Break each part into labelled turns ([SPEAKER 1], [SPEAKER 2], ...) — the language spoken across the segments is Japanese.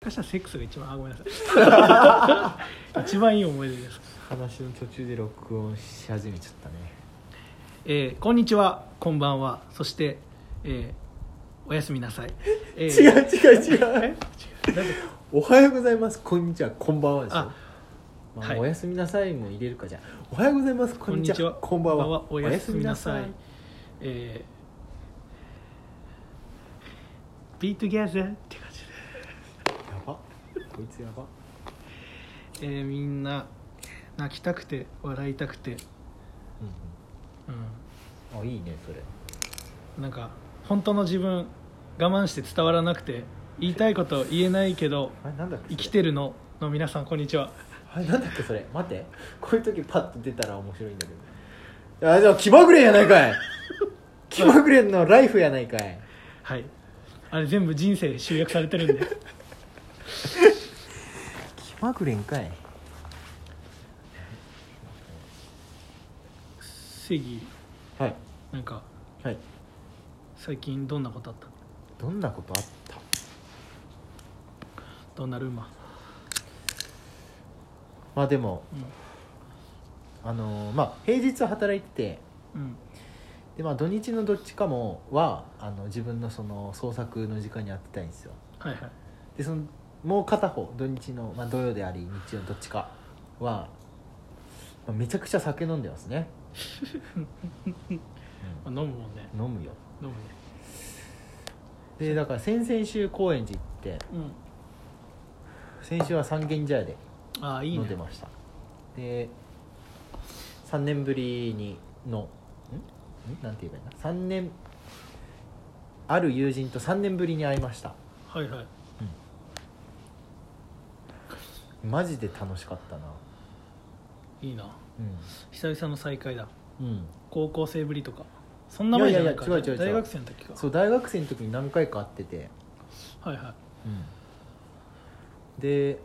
[SPEAKER 1] かしたらセックスが一番あごめんなさい 一番いい思い出です
[SPEAKER 2] 話の途中で録音し始めちゃったね
[SPEAKER 1] えーこんにちはこんばんはそして、えーおやすみなさい、えー
[SPEAKER 2] 違う違う違
[SPEAKER 1] え
[SPEAKER 2] う
[SPEAKER 1] 違うなんで
[SPEAKER 2] おはようございますこんにちはこんばんはでしょ
[SPEAKER 1] あ
[SPEAKER 2] まあ
[SPEAKER 1] はい
[SPEAKER 2] おやすみなさいも入れるかじゃあおはようございますこ
[SPEAKER 1] こ
[SPEAKER 2] ん
[SPEAKER 1] ん
[SPEAKER 2] に
[SPEAKER 1] に
[SPEAKER 2] ち
[SPEAKER 1] ち
[SPEAKER 2] は
[SPEAKER 1] は
[SPEAKER 2] こんばんは
[SPEAKER 1] おやすみなさ
[SPEAKER 2] お
[SPEAKER 1] い
[SPEAKER 2] やすみ
[SPEAKER 1] えー、Be together って感じ
[SPEAKER 2] なさいやばこいつやば
[SPEAKER 1] で、えーみんな泣きたくて笑いたくて、
[SPEAKER 2] う
[SPEAKER 1] う
[SPEAKER 2] あいいねそれ
[SPEAKER 1] ん、なんか本当の自分我慢して伝わらなくて言いたいこと言えないけど
[SPEAKER 2] あれなんだっけ
[SPEAKER 1] 生きてるのの皆さんこんにちは
[SPEAKER 2] あれなんだっけそれ待ってこういう時パッと出たら面白いんだけどあじゃあ気まぐれやない かい気まぐれのライフやないかい
[SPEAKER 1] はいあれ全部人生集約されてるんで
[SPEAKER 2] 気まぐれんかい
[SPEAKER 1] 正義
[SPEAKER 2] はい
[SPEAKER 1] なんか
[SPEAKER 2] はい
[SPEAKER 1] 最近どんなことあった
[SPEAKER 2] どんなことあった
[SPEAKER 1] どんなルーマ
[SPEAKER 2] まあでもあのーまあ平日働いてて
[SPEAKER 1] うんうん
[SPEAKER 2] でまあ、土日のどっちかもはあの自分のその創作の時間に当てたいんですよ
[SPEAKER 1] はいはい
[SPEAKER 2] でそのもう片方土日の、まあ、土曜であり日曜のどっちかは、まあ、めちゃくちゃ酒飲んでますね、
[SPEAKER 1] まあ飲むもんね
[SPEAKER 2] うん飲むよ
[SPEAKER 1] 飲むね
[SPEAKER 2] でだから先々週高円寺行って
[SPEAKER 1] うん
[SPEAKER 2] 先週は三軒茶屋で
[SPEAKER 1] ああいい
[SPEAKER 2] 飲
[SPEAKER 1] ね
[SPEAKER 2] んでましたで3年ぶりにのんんなんて言えばいいな3年ある友人と3年ぶりに会いました
[SPEAKER 1] はいはい
[SPEAKER 2] マジで楽しかったない
[SPEAKER 1] いな
[SPEAKER 2] う
[SPEAKER 1] 久々の再会だ
[SPEAKER 2] ん、
[SPEAKER 1] 高校生ぶりとかそんな前じゃないか
[SPEAKER 2] いやいやいや違う違う違
[SPEAKER 1] 大
[SPEAKER 2] う
[SPEAKER 1] 学生の時か
[SPEAKER 2] そう大学生の時に何回か会ってて、
[SPEAKER 1] はいはい
[SPEAKER 2] で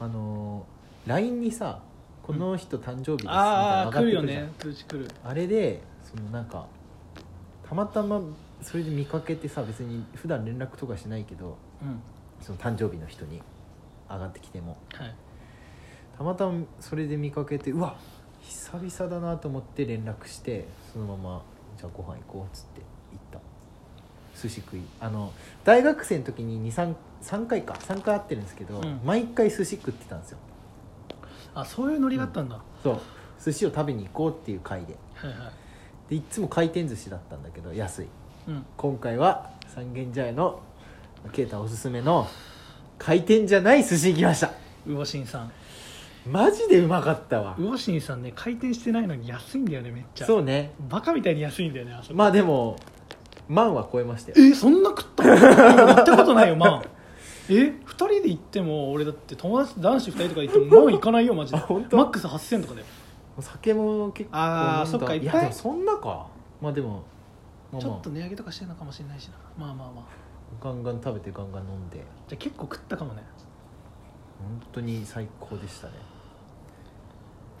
[SPEAKER 2] あのー LINE にさ「この人誕生日です」みたいな
[SPEAKER 1] あ
[SPEAKER 2] の
[SPEAKER 1] あ
[SPEAKER 2] が
[SPEAKER 1] 来る
[SPEAKER 2] 上が
[SPEAKER 1] よ
[SPEAKER 2] ってく
[SPEAKER 1] ね通
[SPEAKER 2] るじゃん
[SPEAKER 1] 知来る
[SPEAKER 2] あれでそのなんかたまたまそれで見かけてさ別に普段連絡とかしないけど
[SPEAKER 1] うん
[SPEAKER 2] その誕生日の人に上がってきても
[SPEAKER 1] はい
[SPEAKER 2] たまたまそれで見かけてうわ久々だなと思って連絡してそのままじゃあご飯行こうっつって行った寿司食いあの大学生の時に23回か3回会ってるんですけ
[SPEAKER 1] う
[SPEAKER 2] ど、
[SPEAKER 1] ん
[SPEAKER 2] 毎回寿司食ってたんですよ
[SPEAKER 1] あそういうノリがあったんだ
[SPEAKER 2] そう寿司を食べに行こうっていう回で
[SPEAKER 1] はいはい
[SPEAKER 2] でいっつも回転寿司だったんだけど安い
[SPEAKER 1] うん
[SPEAKER 2] 今回は三軒茶屋の啓太おすすめの回転じゃない寿司行きました
[SPEAKER 1] 魚心さん
[SPEAKER 2] マジでうまかったわ
[SPEAKER 1] 魚心さんね回転してないのに安いんだよねめっちゃ
[SPEAKER 2] そうね
[SPEAKER 1] バカみたいに安いんだよねあそこ
[SPEAKER 2] まあでも万は超えましたよ
[SPEAKER 1] えそんな食ったの行ったことないよ マンえ二人で行っても俺だって友達男子二人とかで行ってもマン行かないよマジで
[SPEAKER 2] あ本当
[SPEAKER 1] マックス8000とかだよ
[SPEAKER 2] お酒も結構飲んだ
[SPEAKER 1] あーそっかいっぱい
[SPEAKER 2] やでもそんなかまあでもまあ
[SPEAKER 1] ちょ
[SPEAKER 2] ま
[SPEAKER 1] っ
[SPEAKER 2] あ
[SPEAKER 1] と値上げとかしてるのかもしれないしなまあまあまあ
[SPEAKER 2] ガンガン食べてガンガン飲んで
[SPEAKER 1] じゃあ結構食ったかもね
[SPEAKER 2] 本当に最高でしたね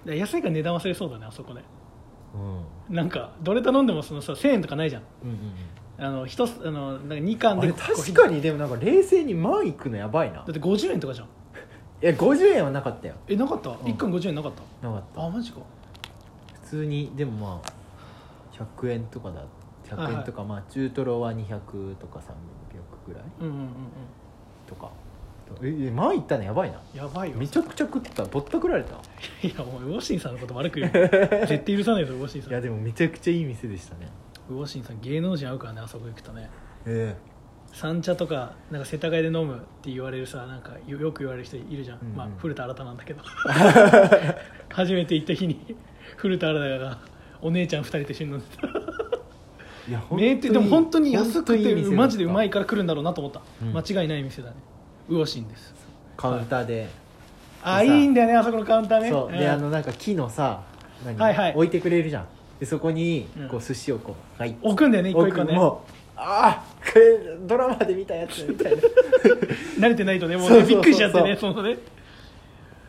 [SPEAKER 1] で安いから値段忘れそうだねあそこね
[SPEAKER 2] うん
[SPEAKER 1] なんかどれ頼んでもそのさ1000円とかないじゃん
[SPEAKER 2] うんうん
[SPEAKER 1] あの一つあのなんか2巻
[SPEAKER 2] あ
[SPEAKER 1] で
[SPEAKER 2] れ確かにでもなんか冷静に万いくのやばいな
[SPEAKER 1] だって50円とかじゃん
[SPEAKER 2] いや50円はなかったよ
[SPEAKER 1] えなかった、
[SPEAKER 2] ん
[SPEAKER 1] 一1巻50円なかった
[SPEAKER 2] なかった
[SPEAKER 1] あマジか
[SPEAKER 2] 普通にでもまあ100円とかだ100円とか、まあ中トロは200とか300ぐらい
[SPEAKER 1] うんうんうんうん
[SPEAKER 2] とかええ前行ったのやばいな
[SPEAKER 1] やばいよ
[SPEAKER 2] めちゃくちゃ食ったぼったくられたい
[SPEAKER 1] いやお前ウォッシンさんのこと悪く言う 絶対許さないぞウォッシンさん
[SPEAKER 2] やでもめちゃくちゃいい店でしたね
[SPEAKER 1] ウォッシンさん芸能人会うからねあそこ行くとね
[SPEAKER 2] え
[SPEAKER 1] 三茶とかなんか世田谷で飲むって言われるさなんかよよく言われる人いるじゃん、
[SPEAKER 2] うんうん
[SPEAKER 1] まあ、古田新太なんだけど 初めて行った日に 古田新太がお姉ちゃん2人と一緒に飲んでた
[SPEAKER 2] えいや
[SPEAKER 1] 名店でも本当に安くてマジでうまい
[SPEAKER 2] い
[SPEAKER 1] から来るんだろうなと思った、
[SPEAKER 2] うん
[SPEAKER 1] 間違いない店だねウオシンです
[SPEAKER 2] カウンターで、
[SPEAKER 1] あ
[SPEAKER 2] で
[SPEAKER 1] い
[SPEAKER 2] さ
[SPEAKER 1] いんだよねあそこのカウンターね
[SPEAKER 2] そうで
[SPEAKER 1] ん
[SPEAKER 2] あのなんか木のさ何、
[SPEAKER 1] はいはい
[SPEAKER 2] 置いてくれるじゃんでそこに
[SPEAKER 1] うん
[SPEAKER 2] こう寿司をこう、はい
[SPEAKER 1] 置くんだよね一個一個
[SPEAKER 2] 奥
[SPEAKER 1] ね
[SPEAKER 2] もああこれドラマで見たやつみたいな
[SPEAKER 1] 慣れてないとねもう
[SPEAKER 2] そう
[SPEAKER 1] ね
[SPEAKER 2] そうそ
[SPEAKER 1] び
[SPEAKER 2] う
[SPEAKER 1] っくりしちゃってねそのね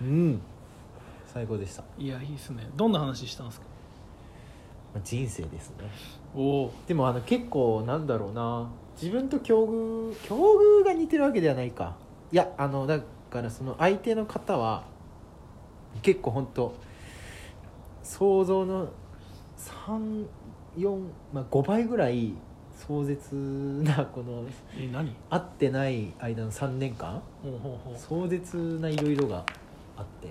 [SPEAKER 2] うん最高でした
[SPEAKER 1] いやいいっすねどんな話したんですか
[SPEAKER 2] まあ人生ですね
[SPEAKER 1] おお
[SPEAKER 2] でもあの結構なんだろうな自分と境遇境遇が似てるわけではないかいやあのだからその相手の方は結構本当想像の34、まあ、5倍ぐらい壮絶なこの
[SPEAKER 1] え何
[SPEAKER 2] 会ってない間の3年間
[SPEAKER 1] ほうほうほう
[SPEAKER 2] 壮絶ないろいろがあって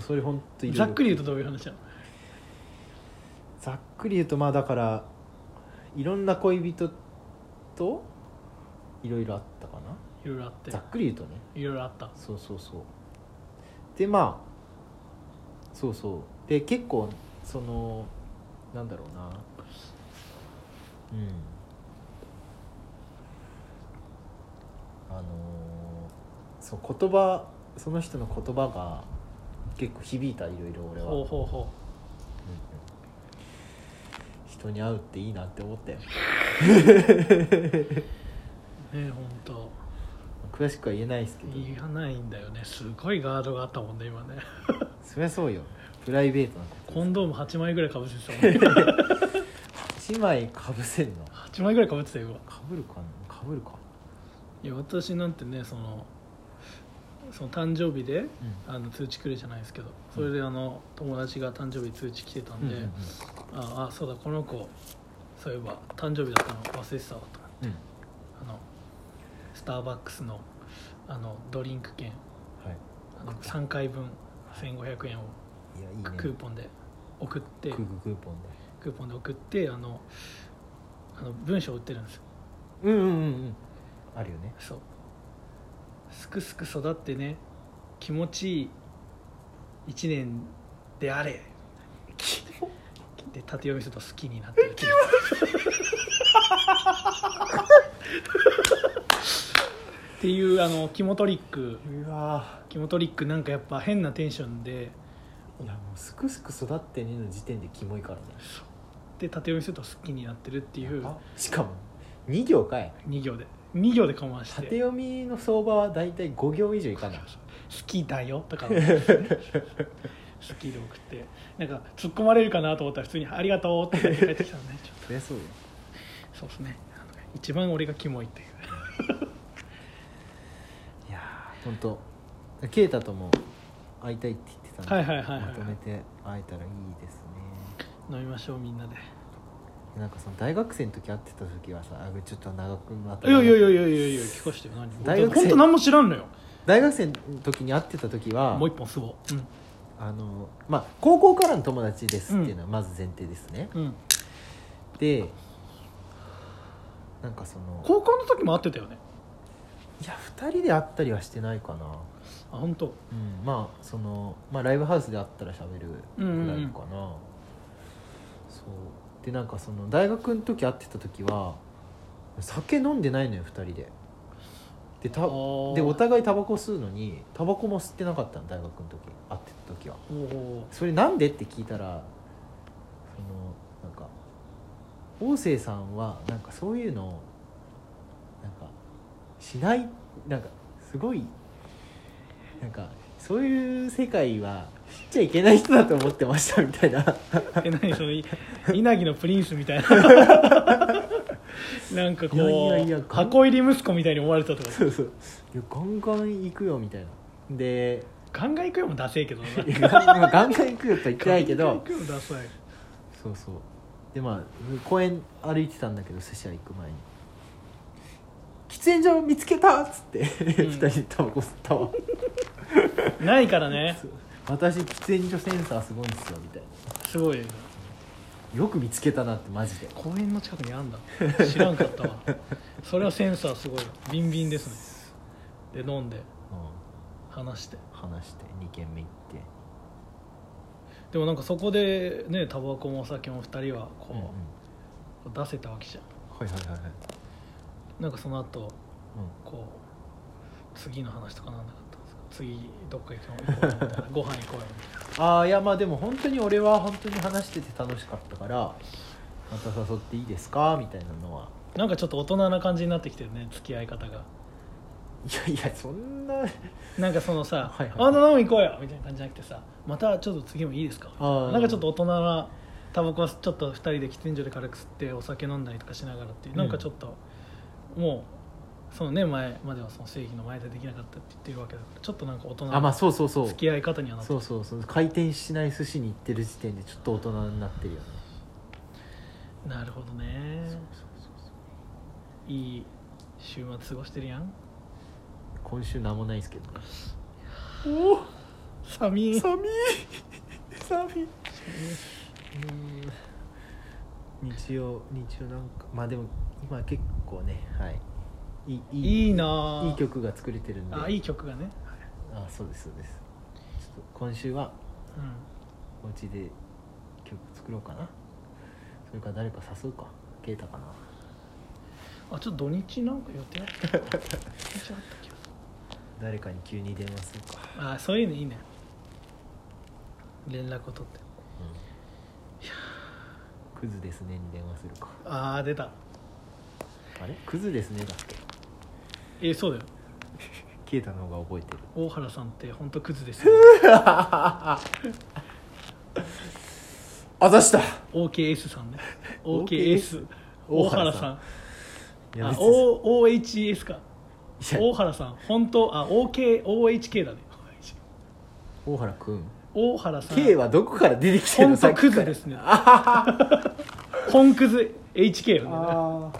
[SPEAKER 2] それ本当いろいろ
[SPEAKER 1] ざっくり言うとどういう話なの
[SPEAKER 2] ざっくり言うとまあだからいろんな恋人といろいろあったかない
[SPEAKER 1] ろいろあって
[SPEAKER 2] ざっくり言うとね
[SPEAKER 1] いろいろあった
[SPEAKER 2] そうそうそうでまあそうそうで結構そのなんだろうなうんあのーそう言葉その人の言葉が結構響いたいろいろ俺は、
[SPEAKER 1] ほうほうほ
[SPEAKER 2] うんうん人に会うっていいなって思ったよ
[SPEAKER 1] うねえほんと
[SPEAKER 2] 詳しくは言えないですけど
[SPEAKER 1] 言わないんだよねすごいガードがあったもんね今ね
[SPEAKER 2] そりゃそうよプライベートなこと
[SPEAKER 1] コンドーム8枚ぐらいかぶせてたもん ね
[SPEAKER 2] 1枚かぶせんの
[SPEAKER 1] 8枚ぐらいかぶってたよ今
[SPEAKER 2] かぶるかなかぶるか
[SPEAKER 1] いや私なんてねそのその誕生日で
[SPEAKER 2] う
[SPEAKER 1] あの通知来るじゃないですけどそれであの友達が誕生日通知来てたんで、
[SPEAKER 2] うんうん
[SPEAKER 1] ああそうだこの子そういえば誕生日だったの忘れてたわと思って
[SPEAKER 2] うん
[SPEAKER 1] あのスターバックスのあのドリンク券
[SPEAKER 2] は
[SPEAKER 1] あの3回分1500円を
[SPEAKER 2] いいやいいね
[SPEAKER 1] クーポンで送って
[SPEAKER 2] クークーポンで
[SPEAKER 1] クーポンで送ってあのあの文章を売ってるんですよ
[SPEAKER 2] うんうんうんうんあるよね
[SPEAKER 1] そうすくすく育ってね気持ちいい1年であれで縦読みすると好きになってるっていうあの肝トリック
[SPEAKER 2] うわ
[SPEAKER 1] 肝トリックなんかやっぱ変なテンションで
[SPEAKER 2] いやもうすくすく育ってねの時点でキモいからね
[SPEAKER 1] で縦読みすると好きになってるっていう
[SPEAKER 2] あしかも2行かい
[SPEAKER 1] 2行で2行でかまして
[SPEAKER 2] 縦読みの相場は大体5行以上いかない
[SPEAKER 1] 好きだよとか好きで送ってなんか突っ込まれるかなと思ったら普通に「ありがとう」って帰ってきたのねちょっ
[SPEAKER 2] そりゃそうよ
[SPEAKER 1] とそうですねあの一番俺がキモいっていう
[SPEAKER 2] いやー本当啓太とも会いたいって言ってたんで、
[SPEAKER 1] はいはいはいはい
[SPEAKER 2] まとめて会えたらいいですね
[SPEAKER 1] 飲みましょうみんなで
[SPEAKER 2] なんかその大学生の時会ってた時はさあちょっと長くなった
[SPEAKER 1] いやいやいやいやいやいや聞かしてよ何
[SPEAKER 2] 大学生
[SPEAKER 1] 本当何も知らんのよ
[SPEAKER 2] 大学生の時に会ってた時は
[SPEAKER 1] もう一本吸おう
[SPEAKER 2] あのまあ高校からの友達ですっていうのはまず前提ですね、
[SPEAKER 1] うん、うん、
[SPEAKER 2] でなんかその
[SPEAKER 1] 高校の時も会ってたよね
[SPEAKER 2] いや2人で会ったりはしてないかな、
[SPEAKER 1] あ本当
[SPEAKER 2] うん、まあその、まあ、ライブハウスで会ったら喋るぐらいかな、
[SPEAKER 1] うんうんうん
[SPEAKER 2] そうでなんかその大学の時会ってた時は酒飲んでないのよ2人ででた
[SPEAKER 1] あ
[SPEAKER 2] で
[SPEAKER 1] ー
[SPEAKER 2] お互いタバコ吸うのにタバコも吸ってなかったの大学の時会ってた時は
[SPEAKER 1] おお
[SPEAKER 2] それなんでって聞いたらそのなんか王生さんはなんかそういうのをなんかしないなんかすごいなんかそういう世界は知っちゃいけない人だと思ってましたみたいな
[SPEAKER 1] え何その い稲城のプリンスみたいななんかこう
[SPEAKER 2] いやいやいや
[SPEAKER 1] 箱入り息子みたいに思われてたとか
[SPEAKER 2] そうそういやガンガン行くよみたいなで
[SPEAKER 1] ガンガン行くよもダセえけどな
[SPEAKER 2] いやガンガン行くよとは言ってないけ
[SPEAKER 1] ガンガン行
[SPEAKER 2] ど
[SPEAKER 1] くよもダサい
[SPEAKER 2] そうそうでまあ公園歩いてたんだけど寿司屋行く前に「喫煙所見つけた!」っつって
[SPEAKER 1] ん
[SPEAKER 2] 2人でタバコ吸ったわ
[SPEAKER 1] ないからね
[SPEAKER 2] 「私喫煙所センサーすごいんですよ」みたい
[SPEAKER 1] すごいよ
[SPEAKER 2] なよく見つけたなってマジで
[SPEAKER 1] 公園の近くにあんだ知らんかったわそれはセンサーすごいわビンビンですねで飲んで
[SPEAKER 2] うん
[SPEAKER 1] 話して
[SPEAKER 2] 話して2軒目行って
[SPEAKER 1] でもなんかそこでねタバコもお酒も2人は
[SPEAKER 2] うんうん
[SPEAKER 1] こう、出せたわけじゃん
[SPEAKER 2] はいはいはいはい
[SPEAKER 1] なんかその後こう次の話とかなんなかったんですか次どっか行こう行こうよみたいなご飯行こうよみたいな
[SPEAKER 2] ああいやまあでも本当に俺は本当に話してて楽しかったからまた誘っていいですかみたいなのは
[SPEAKER 1] なんかちょっと大人な感じになってきて るね付き合い方が
[SPEAKER 2] いやいやそんな
[SPEAKER 1] なんかそのさ「
[SPEAKER 2] はいはい
[SPEAKER 1] あんな飲み行こうよ」みたいな感じじゃなくてさ「またちょっと次もいいですか?」
[SPEAKER 2] あー
[SPEAKER 1] なんかちょっと大人なタバコはちょっと2人で喫煙所で軽く吸ってお酒飲んだりとかしながらっていうなんかちょっと、もうそのね前まではその正義の前でできなかったって言ってるわけだからちょっとなんか大人
[SPEAKER 2] あまあ
[SPEAKER 1] の
[SPEAKER 2] そうそうそう
[SPEAKER 1] 付き合い方にはなって
[SPEAKER 2] そうそうそう回転しない寿司に行ってる時点でちょっと大人になってるよね
[SPEAKER 1] なるほどね
[SPEAKER 2] そうそうそうそう
[SPEAKER 1] いい週末過ごしてるやん
[SPEAKER 2] 今週何もないですけどね
[SPEAKER 1] おお寒い
[SPEAKER 2] 寒い寒い日曜日曜なんかまあでも今結構ねはいいいいい
[SPEAKER 1] いいなあ
[SPEAKER 2] いい曲が作れてるんで
[SPEAKER 1] あいい曲がね、
[SPEAKER 2] あそうですそうですちょっと今週は
[SPEAKER 1] うん、
[SPEAKER 2] お家で曲作ろうかなそれから誰か誘うか啓太かな
[SPEAKER 1] あちょっと土日なんか予定あったかな 土日あった気がす
[SPEAKER 2] 誰かに急に電話するか、
[SPEAKER 1] るあそういうのいいね連絡を取って
[SPEAKER 2] クズですねに電話するか
[SPEAKER 1] ああ出た
[SPEAKER 2] あれクズですねだっけ
[SPEAKER 1] えそうだよ
[SPEAKER 2] 啓太の方が覚えてる
[SPEAKER 1] 大原さんって本当クズですよ ね
[SPEAKER 2] あざした
[SPEAKER 1] OKS さんね
[SPEAKER 2] OKS
[SPEAKER 1] OKS 大原さん
[SPEAKER 2] いや
[SPEAKER 1] あ
[SPEAKER 2] 別に
[SPEAKER 1] O- OHS か
[SPEAKER 2] いや
[SPEAKER 1] 大原さん本当あ OKOHK だね
[SPEAKER 2] 大原くん
[SPEAKER 1] 大原さん
[SPEAKER 2] K はどこから出てきてるの
[SPEAKER 1] 本
[SPEAKER 2] さ
[SPEAKER 1] 当
[SPEAKER 2] っき
[SPEAKER 1] クズですね本クズ HK よ
[SPEAKER 2] あ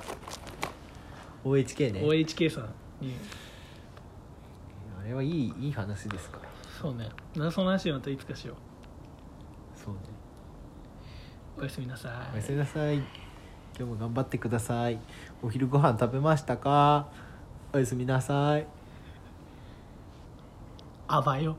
[SPEAKER 2] ー OHK
[SPEAKER 1] ね
[SPEAKER 2] ね
[SPEAKER 1] OHK さんに
[SPEAKER 2] あれはいいいい話ですから
[SPEAKER 1] そうねなその話はまたいつかしよ
[SPEAKER 2] そうね
[SPEAKER 1] うおやすみなさい
[SPEAKER 2] おやすみなさい今日も頑張ってくださいお昼ご飯食べましたかおやすみなさい
[SPEAKER 1] あばよ